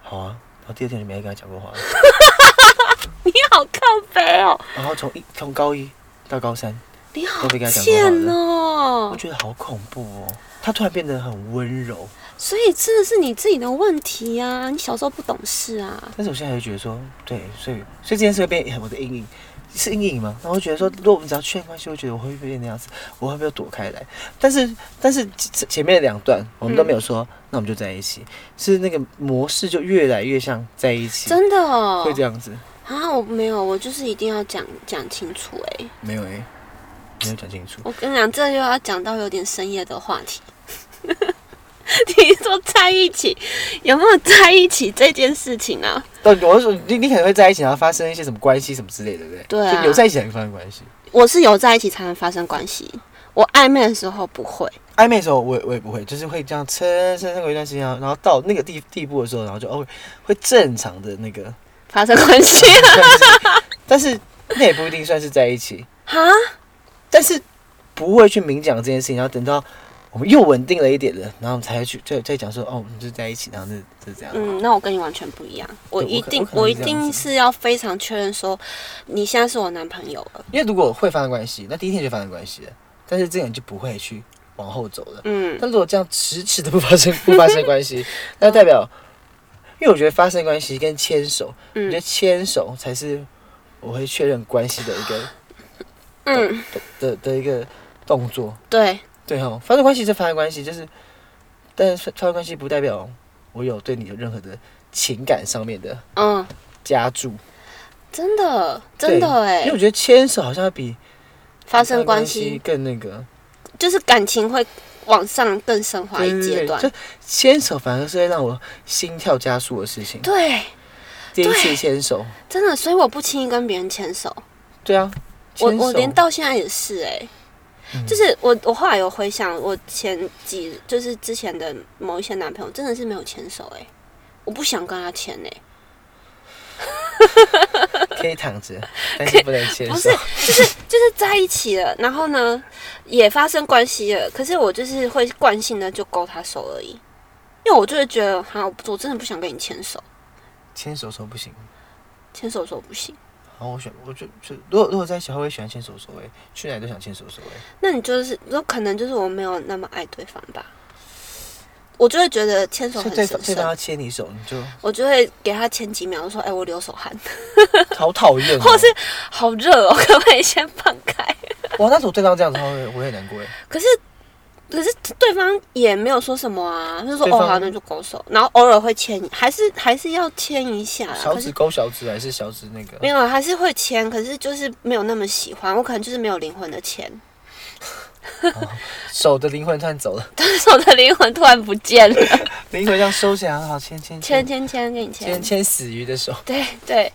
好啊，然后第二天就没再跟他讲过话了， 你好靠北哦，然后从一从高一到高三，你好都被他讲过话贱了哦我。觉得好恐怖哦，他突然变得很温柔。所以真的是你自己的问题啊，你小时候不懂事啊。但是我现在还是觉得说，对，所以所以这件事会变我的阴影，是阴影吗？然后我觉得说，如果我们只要确认关系，我觉得我会不会变那样子，我会不会躲开来？但是但是前前面两段我们都没有说，那我们就在一起，是那个模式就越来越像在一起，真的哦，会这样子？啊，我没有，我就是一定要讲讲清楚哎、没有哎、没有讲清楚。我跟你讲，这又要讲到有点深夜的话题。 你说在一起有没有在一起这件事情啊？但我是说，你你可能会在一起，然后发生一些什么关系什么之类的，对不对？对啊就有在一起才会发生关系，我是有在一起才能发生关系，我暧昧的时候不会。暧昧的时候我也我也不会，就是会这样撑撑撑过一段时间，然后然后到那个地地步的时候，然后就哦会正常的那个。发生关系但是那也不一定算是在一起，啊？但是不会去明讲这件事情，然后等到我们又稳定了一点了，然后我们才去再再讲说哦，我们就在一起，然后这这这样。嗯，那我跟你完全不一样，我对一我可定我可能我一是这样定子是要非常确认说，你现在是我男朋友了。因为如果会发生关系，那第一天就发生关系了，但是这个人就不会去往后走了。嗯，但如果这样迟迟的不发生不发生关系，那代表，因为我觉得发生关系跟牵手，嗯我觉得牵手才是我会确认关系的一个嗯，的的一个动作。对，对哦，发生关系是发生关系，就是，但是发生关系不代表我有对你有任何的情感上面的嗯，加注，真的，真的对哎因为，我觉得牵手好像比发生关关系更那个就是感情会往上更升华一阶段对对对。就牵手反而是会让我心跳加速的事情。对，第一次牵手，真的，所以我不轻易跟别人牵手，对啊，我牵手嗯我连到现在也是哎、就是我我后来有回想，我前几就是之前的某一些男朋友真的是没有牵手哎、我不想跟他牵哎、可以躺 着，但是不能牵手。不是，就是就是在一起了，然后呢也发生关系了，可是我就是会惯性的就勾他手而已，因为我就会觉得哈，我真的不想跟你牵手，牵手手不行。牵手说不行，然后我选，我就就如果如果在一起的话，我也喜欢牵手手哎，去哪里都想牵手手哎。那你就是有可能就是我没有那么爱对方吧，我就会觉得牵手所以很对神方对方圣，要牵你手，你就我就会给他牵几秒，我说哎、我流手汗，好讨 厌、哦。或是 好热哦， 可不可以先放开？哇，那时候对方这样子，他会我会很难过哎。可是，可是对方也没有说什么啊，就说对哦方好，那就勾手，然后偶尔会牵，还是还是要牵一下啦。小可指是勾小指还是小指那个没？有，还是会牵，可是就是没有那么喜欢，我可能就是没有灵魂的牵， 手的灵魂突然走了，但是我的灵魂突然不见 了，灵魂这样收起来，好牵牵牵牵牵，给你牵牵。牵死鱼的手。 对对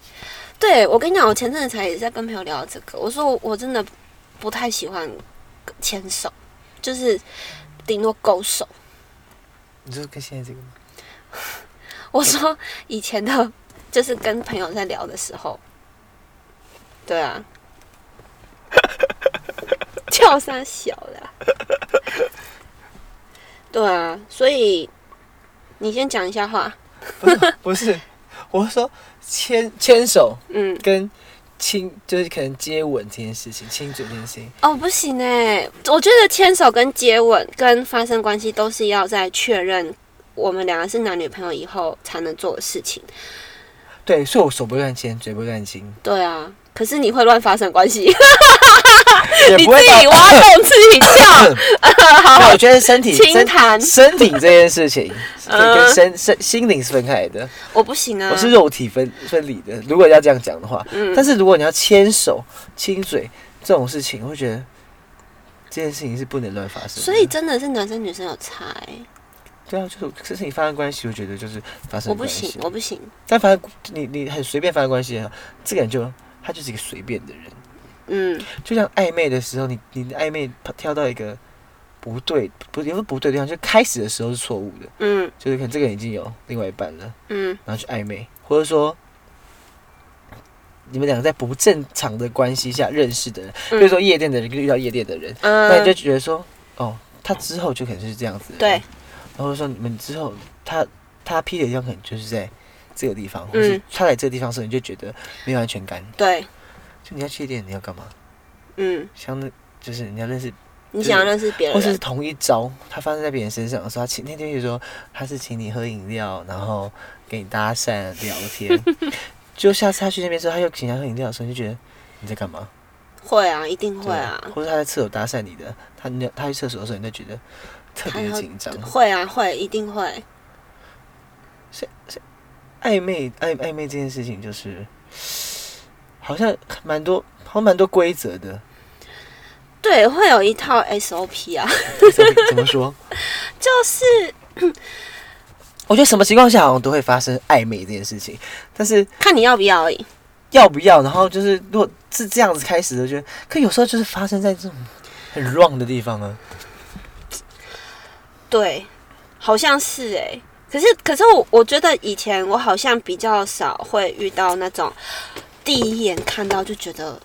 对，我跟你讲，我前阵子才也在跟朋友聊这个，我说我我真的不太喜欢牵手，就是顶多勾手。你就是跟现在这个吗？我说以前的，就是跟朋友在聊的时候，对啊， 叫声小啦，对啊，所以你先讲一下话，不是不是，我是说牵牵手嗯，跟亲就是可能接吻这件事情，亲嘴这件事情，哦，不行哎，我觉得牵手跟接吻跟发生关系都是要在确认我们两个是男女朋友以后才能做的事情，对，所以我手不会乱牵，嘴不会乱亲，对啊，可是你会乱发生关系， 也 你不自会到己挖洞自己跳，好 那我觉得身体轻身弹身体这件事情是嗯跟身身心灵是分开的，我不行啊，我是肉体分分离的。如果要这样讲的话，嗯但是如果你要牵手、亲嘴这种事情，我会觉得这件事情是不能乱发生的。所以真的是男生女生有差、欸，对啊，就是这事情发生关系，我觉得就是发生我不关系啊行，。我不行，但反正你你很随便发生关系，啊这个人就他就是一个随便的人。嗯，就像暧昧的时候，你你的暧昧跳到一个不对，不也不是不对的地方，就开始的时候是错误的，嗯就是可能这个人已经有另外一半了。嗯然后去暧昧，或者说你们两个在不正常的关系下认识的人，比嗯，如说夜店的人跟遇到夜店的人，嗯，那你就觉得说，哦，他之后就可能是这样子，对，然后说你们之后他他劈腿地方可能就是在这个地方，或是嗯他来这个地方的时候，你就觉得没有安全感，对，就你要去夜店你要干嘛？嗯，像那就是你要认识，你想要认识别或者是人，同一招，他发生在别人身上的时候，他请那天就说他是请你喝饮料，然后给你搭讪聊天， 就下次他去那边之后，他又请他喝饮料的时候，你就觉得你在干嘛？会啊，一定会对啊，或者他在厕所搭讪你的，他你他去厕所的时候，你就觉得特别他紧张。会啊，会，一定会，暧昧暧暧昧这件事情就是，好像蛮多好像蛮多规则的，对，会有一套 SOP 啊，怎么怎么说？ 就是我觉得什么情况下好像都会发生暧昧这件事情，但是看你要不要而已，要不要，然后就是如果是这样子开始的，我觉得可有时候就是发生在这种很 wrong 的地方啊。对，好像是哎、可是可是我我觉得以前我好像比较少会遇到那种第一眼看到就觉得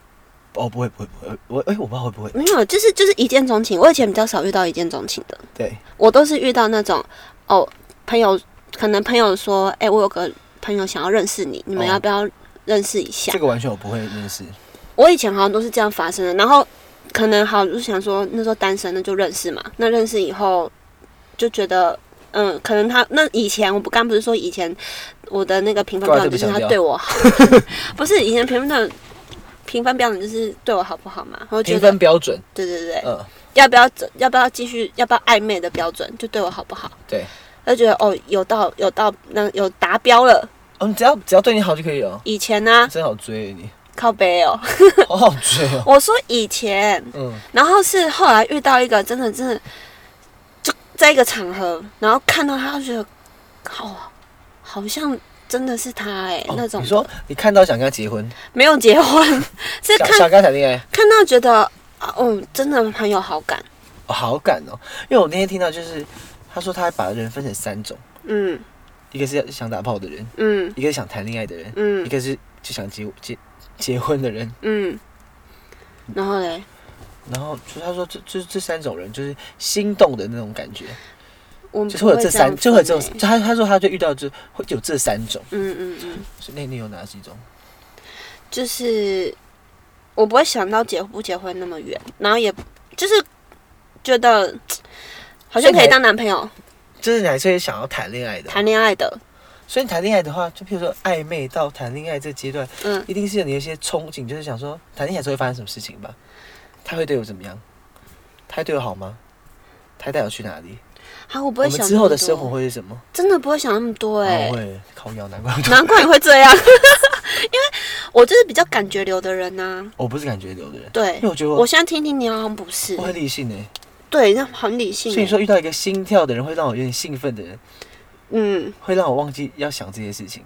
哦，不会不会不会，我哎、我不知道会不会没有，就是就是一见钟情，我以前比较少遇到一见钟情的。对，我都是遇到那种哦，朋友可能朋友说，哎、我有个朋友想要认识你，你们哦要不要认识一下？这个完全我不会认识。我以前好像都是这样发生的，然后可能好就想说那时候单身，那就认识嘛。那认识以后就觉得，嗯，可能他那以前我不刚不是说以前我的那个评分标准就是他对我好，不是以前评分标准评分标准就是对我好不好嘛？我觉评得分标准，对对对，嗯，要不要要不要继续要不要暧昧的标准就对我好不好？对。就觉得哦，有到有到那有达标了。哦，你只要只要对你好就可以哦。以前呢、真好追 你，靠北哦， 好好追哦。我说以前，嗯，然后是后来遇到一个真的真的，就在一个场合，然后看到他就觉得，哦，好像真的是他哎、哦那种你说你看到想跟他结婚， 没有结婚，是想看想跟他谈恋爱，看到觉得啊，嗯，真的很有好感。哦好感哦，因为我那天听到就是他说他还把人分成三种，嗯一个是想打炮的人，嗯一个是想谈恋爱的人，一嗯个是就想结结结婚的人。嗯，然后嘞，然后就他说这这这三种人就是心动的那种感觉，我们就是不会嗯有会这样三，就会有这分种。欸就他他说他就遇到就会有这三种，嗯嗯嗯，所以那你有哪几种？就是我不会想到结不结婚那么远，然后也就是觉得好像可以当男朋友就是你还是会想要谈恋爱的，谈恋爱的，所以你谈恋爱的话，就譬如说暧昧到谈恋爱这阶段，嗯，一定是有你有一些憧憬，就是想说谈恋爱之后会发生什么事情吧？他会对我怎么样？他会对我好吗？他会带我去哪里？啊好，我不我会们想之后的那么多生活会是什么？真的不会想那么多哎、然后会靠腰，难怪我难怪你会这样，因 为我就是比较感觉流的人呐、我不是感觉流的人，对因为，我觉得我我现在听听你好像不是我，很理性诶、对，那很理性欸。所以说遇到一个心跳的人，会让我有点兴奋的人，嗯，会让我忘记要想这些事情。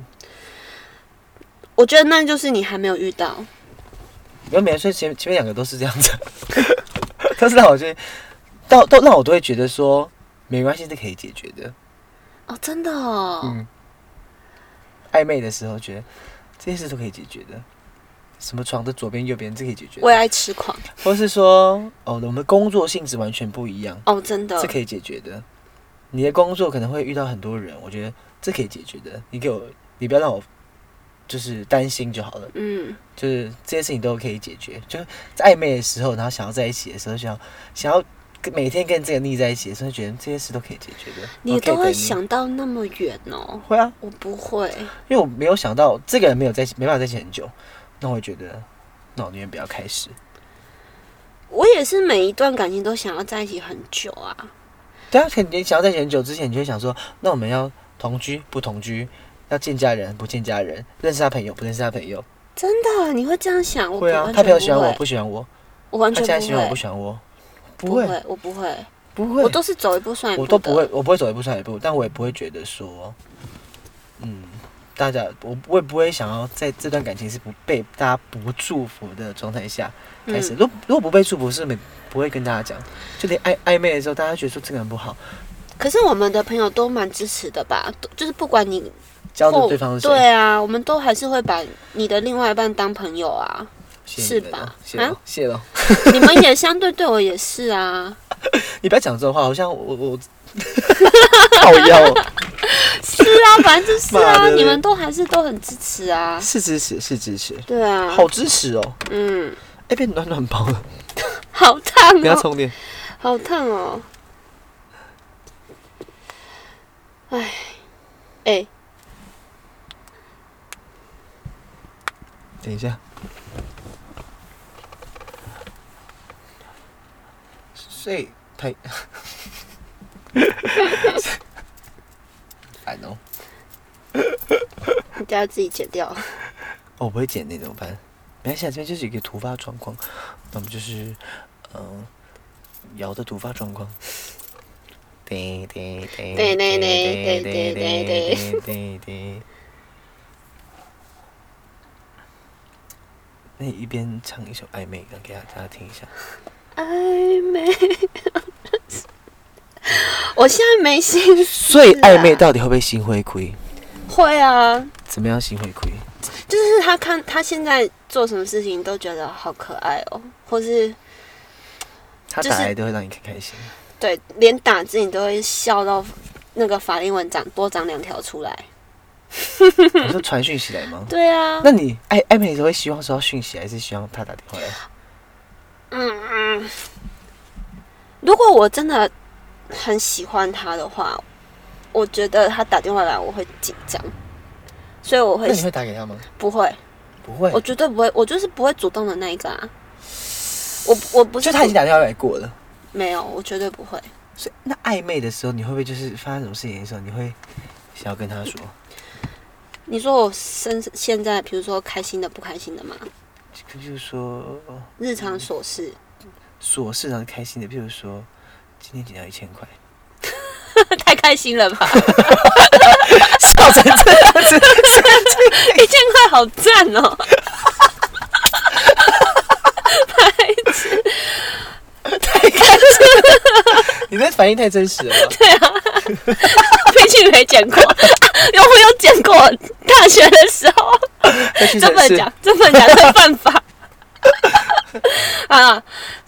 我觉得那就是你还没有遇到。因为每所以前前面两个都是这样子， 都是让我觉得，到都让我都会觉得说没关系，是可以解决的。哦，真的哦，嗯，暧昧的时候觉得这些事都可以解决的，什么床的左边右边这可以解决的为爱痴狂或是说哦我们工作性质完全不一样，哦，真的这，可以解决的。你的工作可能会遇到很多人，我觉得这可以解决的。你给我，你不要让我就是担心就好了。嗯，就是这些事情都可以解决。就是在暧昧的时候，然后想要在一起的时候，想要想要跟每天跟这个腻在一起的时候，觉得这些事都可以解决的。你我可以都会等想到那么远哦，会啊，我不会，因为我没有想到这个人没有在一起，没办法在一起很久，那我会觉得，那我宁愿不要开始。我也是每一段感情都想要在一起很久啊，对啊，可能你想要在一起很久之前，你就会想说，那我们要同居不同居，要见家人不见家人，认识他朋友不认识他朋友，真的，你会这样想？我不会啊，完他全朋友不喜欢我会不喜欢我，我完他全现在喜不欢我不会，喜欢我，不不会会，我不会，不会我都是走一步算一步，我都不会，，我不会走一步算一步，但我也不会觉得说，嗯，大家我我也不会想要在这段感情是不被大家不祝福的状态下开始。嗯如果如果不被祝福，是没不会跟大家讲，就连暧暧昧的时候，大家觉得说这个人不好，可是我们的朋友都蛮支持的吧？都就是不管你交的后对方是谁，对啊，我们都还是会把你的另外一半当朋友啊。 谢谢你们哦是谢吧啊了，谢了。你们也相对对我也是啊，你不要讲这种话，好像我我靠腰哦，是 啊，反正就是妈啊，的嘞你们都还是都很支持啊。 是支持是支持，对啊，好支持哦。嗯，哎，变暖暖包了，好烫不要哦，充电。好烫哦。哎，哎，等一下。 所以台， 烦哦！你等下自己剪掉。哦我不会剪那怎么办？没关系啊，这边就是一个突发状况，那么就是嗯，摇、的突发状况。对对对对对对对对对对对。那你一边唱一首暧昧歌给大家听一下。暧昧， 我现在没心思。啊所以暧昧到底会不会心会亏？会啊，怎么样心会亏？就是他看他现在做什么事情都觉得好可爱哦，或是他就是打来都会让你开开 心。对，连打字你都会笑到那个法令纹长多长两条出来。你说传讯息来吗？对啊，那你暧暧昧的时候会希望收到讯息，还是希望他打电话来？嗯嗯，如果我真的很喜欢他的话，我觉得他打电话来我会紧张，所以我会那你会打给他吗？不会，不会我，绝对不会，我就是不会主动的那一个啊。我我不是就他已经打电话来过了。没有，我绝对不会。所以那暧昧的时候，你会不会就是发生什么事情的时候，你会想要跟他说？你说我身现在，比如说开心的、不开心的嘛，就譬如说日常琐事， 琐事让人开心的，譬如说今天捡到一千 块，太开心了 吧？笑成这 样子，一千块好赞哦！白痴，反应太真实了吧。 毕竟没见过， 有我有见过，大学的时候。在屈这臣么氏讲，这么讲会犯法。 啊，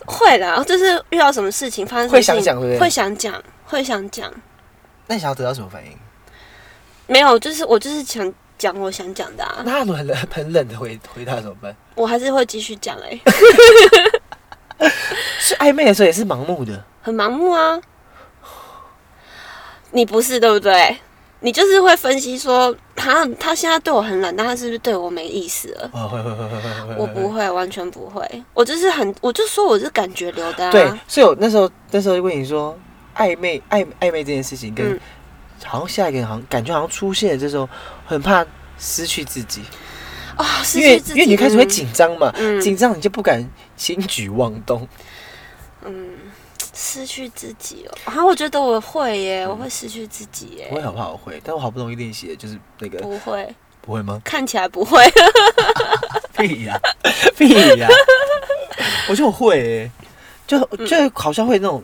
会啦，就是遇到什么事情发生什么会事情想讲对不对会想讲，会想讲。那你想要得到什么 反应？没有，就是我就是想讲我想讲的啊，那很冷很冷的回回答怎么办？我还是会继续讲哎、是暧昧的时候也是盲目的，很盲目啊。你不是对不对？你就是会分析说，他他现在对我很冷，但他是不是对我没意思了？哦，会会会会会会，我不会，完全不会。我就是很，我就说我是感觉流的、啊。对，所以我那时候那时候就问你说，暧昧暧暧昧这件事情跟、嗯好像下一个人好像感觉好像出现了这种很怕失去自己，啊、失因去为自因己为你开始会嗯紧张嘛，嗯紧张你就不敢轻举妄动，嗯，失去自己哦。啊，我觉得我会耶，嗯我会失去自己耶。我也好怕我会，但我好不容易练习的就是那个不会，？不会吗 看起来不会。屁呀、屁呀、我觉得我会、欸，就嗯就好像会那种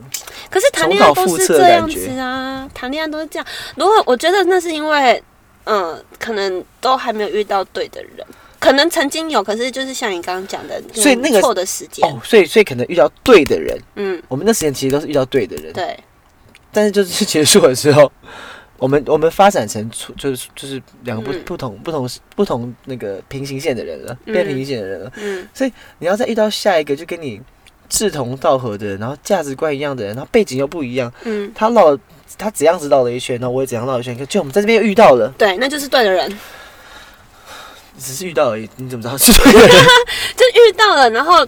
可是谈恋爱都是这样重蹈覆子辙啊，谈恋爱都是这样。如果我觉得那是因为，嗯，可能都还没有遇到对的人，可能曾经有，可是就是像你刚刚讲的，所以那个错的时间，哦，所以所以可能遇到对的人，嗯，我们那时间其实都是遇到对的人，对，但是就是结束的时候，我们我们发展成出就是就是两个不、嗯不同不同不同那个平行线的人了，嗯变平行线的人了。嗯，你要再遇到下一个就跟你志同道合的人，然后价值观一样的人，然后背景又不一样，嗯，他绕了他怎样子绕了一圈，然后我也怎样绕了一圈，就我们在这边又遇到了，对，那就是对的人，只是遇到而已，你怎么 知道是对的人？就遇到了，然后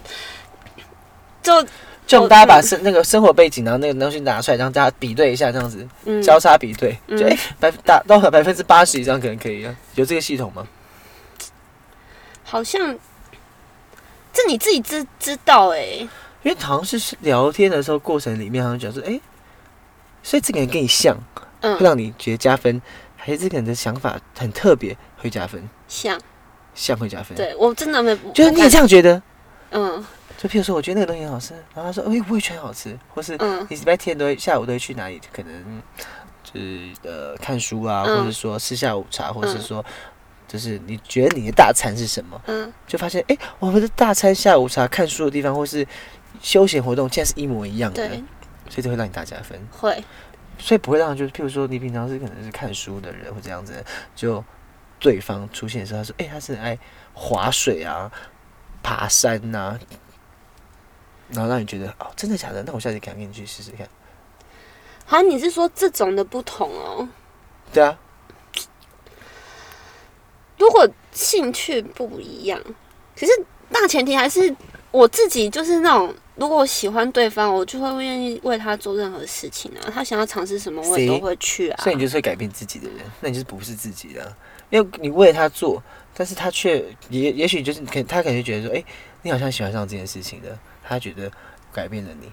就就我们大家把生那个生活背景，然后那个东西拿出来，让大家比对一下，这样子嗯，交叉比对，嗯就哎、百达到百分之八十以上可能可以啊，有这个系统吗？好像这你自己知知道哎、因为好像是聊天的时候过程里面，好像讲说，哎、所以这个人跟你像，会嗯，让你觉得加分，还是这个人的想法很特别，会加分，像像会加分。，对我真的没，就是你也这样觉得。嗯就譬如说，我觉得那个东西很好吃，然后他说，哎、我也觉得很好吃，或是嗯你礼拜天都会下午都会去哪里？可能就是呃看书啊，嗯或者说吃下午茶，或者是嗯说。就是你觉得你的大餐是什么？嗯，就发现，哎、我们的大餐、下午茶、看书的地方，或是休闲活动，竟然是一模一样的。对，所以这会让你大加分，会所以不会让就是，譬如说你平常是可能是看书的人或这样子，就对方出现的时候，他说：“哎、他是很爱划水啊、爬山呐、然后让你觉得哦，真的假的？那我下次赶紧去试试看。好像你是说这种的不同哦。对啊，如果兴趣不一样，可是大前提还是我自己就是那种，如果我喜欢对方，我就会愿意为他做任何事情啊。他想要尝试什么，我也都谁会去啊所。以你就是会改变自己的人，那你就是不是自己的啊、因为你为了他做，但是他却也也许就是可他可能就觉得说，哎、你好像喜欢上这件事情的，他觉得改变了你。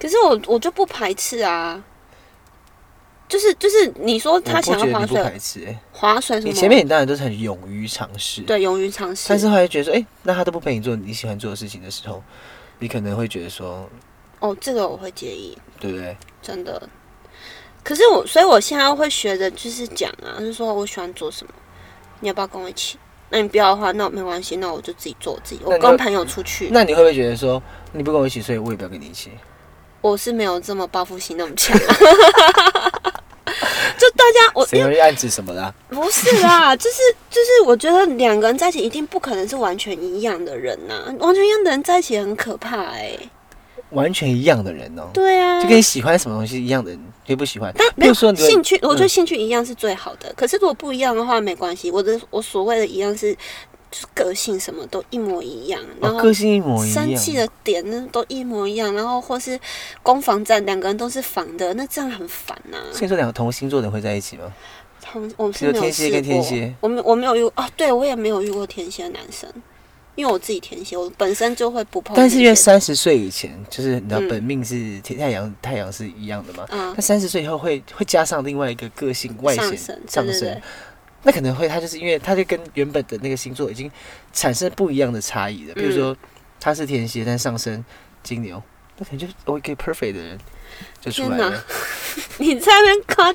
可是我我就不排斥啊。就是就是，你说他我不想要觉得划你不水，排斥、哎，划水什么？你前面你当然都是很勇于尝试，对勇于尝试，但是后来觉得说，哎、那他都不陪你做你喜欢做的事情的时候，你可能会觉得说，哦，这个我会介意，对不对？真的。可是我，所以我现在会学着就是讲啊，就是说我喜欢做什么，你要不要跟我一起？那你不要的话，那没关系，那我就自己做我自己。那我你就跟朋友出去，那你会不会觉得说，你不跟我一起，所以我也不要跟你一起？我是没有这么报复心那么强、啊。就大家，我谁会暗指什么啦？ 不是啦，就是就是，我觉得两个人在一起一定不可能是完全一样的人呐、完全一样的人在一起很可怕哎、完全一样的人哦、对啊，就跟你喜欢什么东西一样的，你也不喜欢。但比如说你会兴趣，我觉得嗯兴趣一样是最好的。可是如果不一样的话，没关系。我的我所谓的一样是，就是个性什么都一模一样，然哦，后个性一模一样，生气的点呢都一模一样，然后或是攻防战，两个人都是防的，那这样很烦呐、所以说两个同星座的人会在一起吗？他们我们比是如没有天试蝎过，跟天蝎我没我没有遇啊，对我也没有遇过天蝎的男生，因为我自己天蝎，我本身就会不碰天但蝎。是因为三十岁以前，就是你知道嗯本命是天太阳，太阳是一样的嘛。嗯那三十岁以后会会加上另外一个个性外上显升，上对对升对，那可能会他就是因为他就跟原本的那个星座已嗯经产生不一样的差异了，比如说他是天蝎，但上升金牛，那可能就是我一个 perfect 的人就出来天哪了。你在那边夸，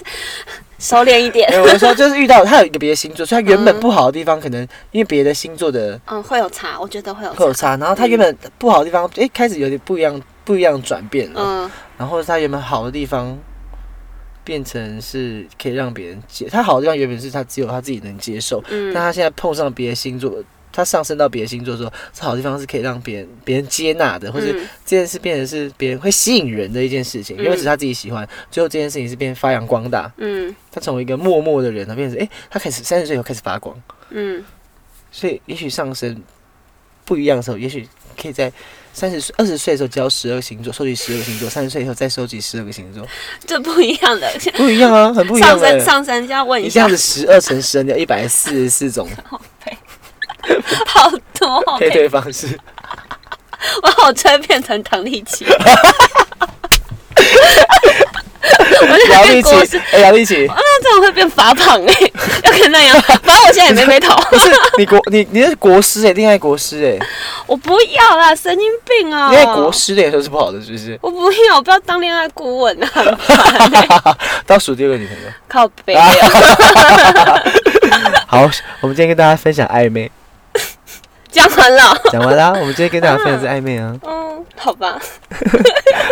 收敛一点 没。有，我就说就是遇到他有一个别的星座，所以他原本嗯不好的地方，可能因为别的星座的嗯，会有差，我觉得会有会有差。嗯差，然后他原本不好的地方，哎、开始有点不一样，不一样转变了。嗯，然后他原本好的地方，变成是可以让别人接。他好的地方原本是他只有他自己能接受， 嗯但他现在碰上别的星座，他上升到别的星座的时候，他好的地方是可以让别人别人接纳的，或者嗯这件事变成是别人会吸引人的一件事情，因为嗯只是他自己喜欢。最后这件事情是变发扬光大，嗯他从一个默默的人，他变成哎、诶他开始三十岁以后开始发光，嗯所以也许上升不一样的时候，也许可以在。三十岁、二十岁的时候教十二星座，收集十二个星座；三十岁以后再收集十二个星座，这不一样的。不一样 啊，很不一样上哎、升上升就要问一你这样下，子十二乘十，你有一百四十 四种好多 哦，配对 方式。我好吹变成唐立 奇。我就姚在跟立奇郭是，，哎、姚立 奇，那这样会变法榜哎、要跟那样。反正我现在也没眉头，不是你国你你是国师哎、恋爱国师哎、我不要啦，神经病啊、恋爱国师的有时候是不好的，是不是？我不要，我不要当恋爱顾问啊！ 倒数第二个女朋友。靠北 哦，好，我们今天跟大家分享暧昧，讲完了。讲完啦。我们今天跟大家分享是暧昧啊，嗯，好吧，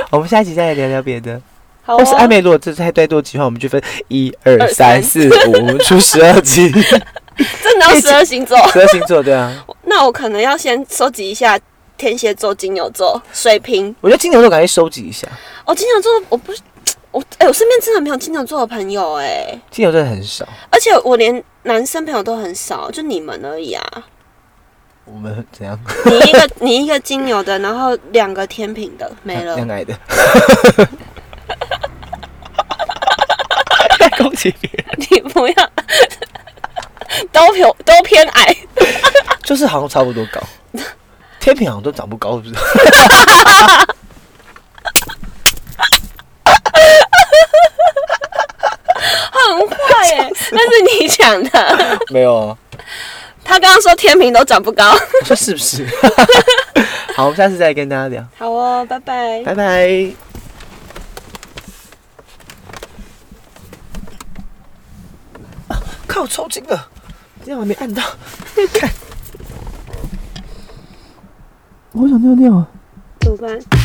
我们下一集再来聊聊别的。好、但是暧哦。昧如果这太太多集的话，我们就分一二二三三四五，我们出十 二集，真的要十二星座，十二星座对啊。那我可能要先收集一下天蝎座、金牛座、水瓶。我觉得金牛座赶快收集一下，哦，金牛座我不是我，哎、我身边真的没有金牛座的朋友哎、金牛座很少。而且我连男生朋友都很少，就你们而已啊。我们怎样？你一 个你一个金牛的，然后两个天平的没了恋， 爱的。恭喜你！你不要 都偏都偏矮。就是好像差不多高，天平好像都长不高，是不是？很坏 耶、那是你讲的。没有啊，他刚刚说天平都长不高。我说是不 是？好，我们下次再跟大家聊，好哦，拜拜。拜拜。啊靠，抽筋了，这样还没按到， 看，我想尿尿啊。怎么办？